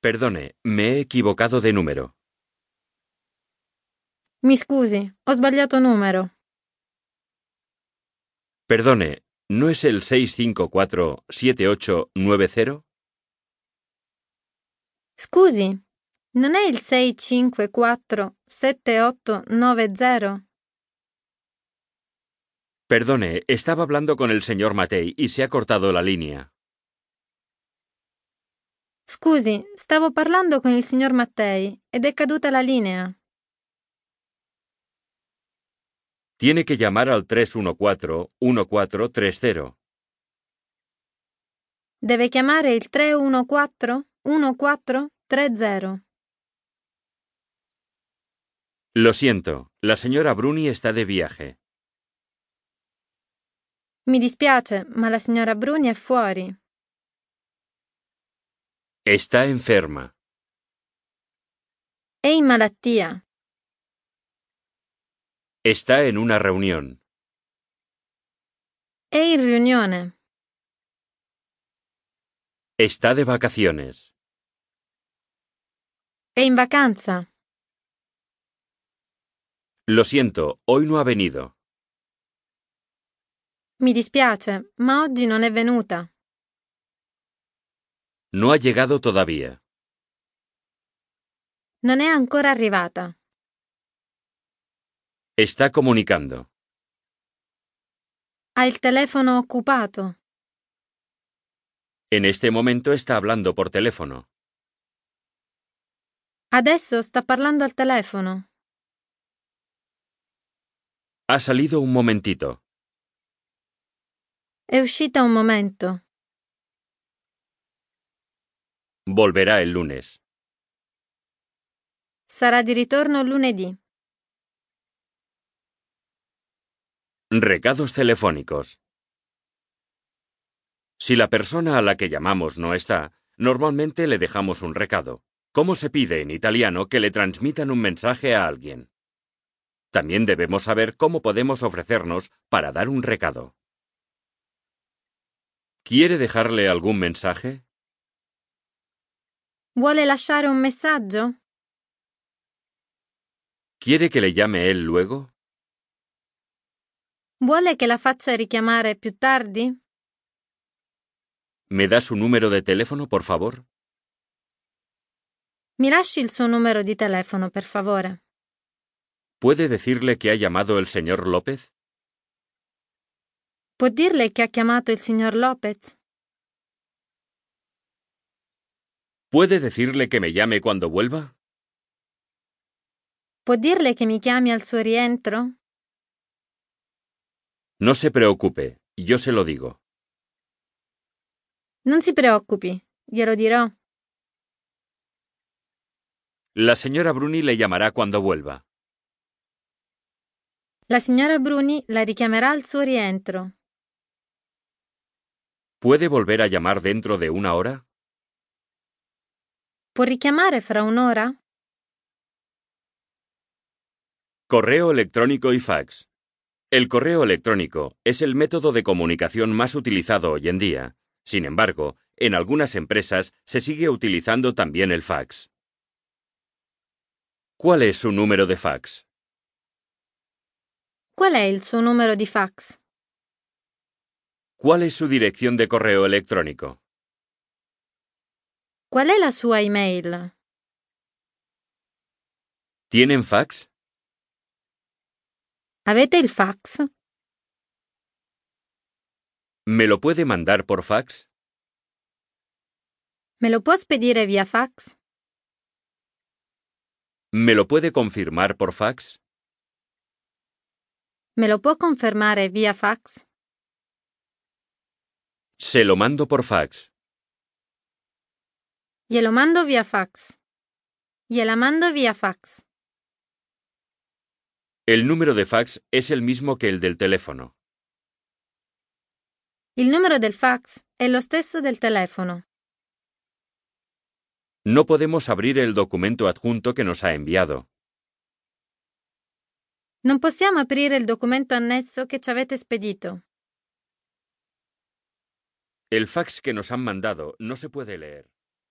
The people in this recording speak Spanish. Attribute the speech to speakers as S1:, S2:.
S1: Perdone, me he equivocado de número.
S2: Mi scusi, ho sbagliato numero.
S1: Perdone, ¿no es el 654-7890?
S2: Scusi, non è il 654 7890?
S1: Perdone, estaba hablando con el señor Matei y se ha cortado la línea.
S2: Scusi, stavo parlando con il signor Mattei ed è caduta la linea.
S1: Tiene que llamar al 314-1430.
S2: Deve chiamare il 314 1430.
S1: Lo siento, la señora Bruni está de viaje.
S2: Mi dispiace, ma la signora Bruni è fuori.
S1: Está enferma.
S2: È in malattia.
S1: Está en una reunión.
S2: È in riunione.
S1: Está de vacaciones.
S2: È in vacanza.
S1: Lo siento, hoy no ha venido.
S2: Mi dispiace, ma oggi non è venuta.
S1: No ha llegado todavía.
S2: Non è ancora arrivata.
S1: Está comunicando.
S2: Ha il telefono occupato.
S1: En este momento está hablando por teléfono.
S2: Adesso sta parlando al telefono.
S1: Ha salido un momentito.
S2: È uscita un momento.
S1: Volverá el lunes.
S2: Sarà di ritorno lunedì.
S1: Recados telefónicos. Si la persona a la que llamamos no está, normalmente le dejamos un recado. ¿Cómo se pide en italiano que le transmitan un mensaje a alguien? También debemos saber cómo podemos ofrecernos para dar un recado. ¿Quiere dejarle algún mensaje?
S2: Vuole lasciare un messaggio?
S1: ¿Quiere que le llame él luego?
S2: Vuole che la faccia richiamare più tardi?
S1: ¿Me da su número de teléfono, por favor?
S2: Mi lasci il suo numero di telefono, per favore.
S1: ¿Puede decirle que ha llamado el señor López?
S2: Può dirle che ha chiamato il signor Lopez?
S1: ¿Puede decirle que me llame cuando vuelva?
S2: Può dirle che mi chiami al suo rientro?
S1: No se preocupe, yo se lo digo.
S2: Non si preoccupi, glielo dirò.
S1: La señora Bruni le llamará cuando vuelva.
S2: La signora Bruni la richiamerà al suo rientro.
S1: ¿Puede volver a llamar dentro de una hora?
S2: Può richiamare fra un'ora?
S1: Correo electrónico y fax. El correo electrónico es el método de comunicación más utilizado hoy en día. Sin embargo, en algunas empresas se sigue utilizando también el fax. ¿Cuál es su número de fax?
S2: Qual è il suo numero di fax?
S1: ¿Cuál es su dirección de correo electrónico?
S2: Qual è la sua email?
S1: ¿Tienen fax?
S2: Avete il fax?
S1: ¿Me lo puede mandar por fax?
S2: Me lo può spedire via fax?
S1: ¿Me lo puede confirmar por fax?
S2: Me lo può confermare via fax?
S1: Se lo mando por fax.
S2: Glielo mando via fax. Gliela mando via fax.
S1: El número de fax es el mismo que el del teléfono.
S2: Il numero del fax è lo stesso del telefono.
S1: No podemos abrir el documento adjunto que nos ha enviado.
S2: Non possiamo aprire il documento annesso che ci avete spedito.
S1: El fax que nos han mandado no se puede leer.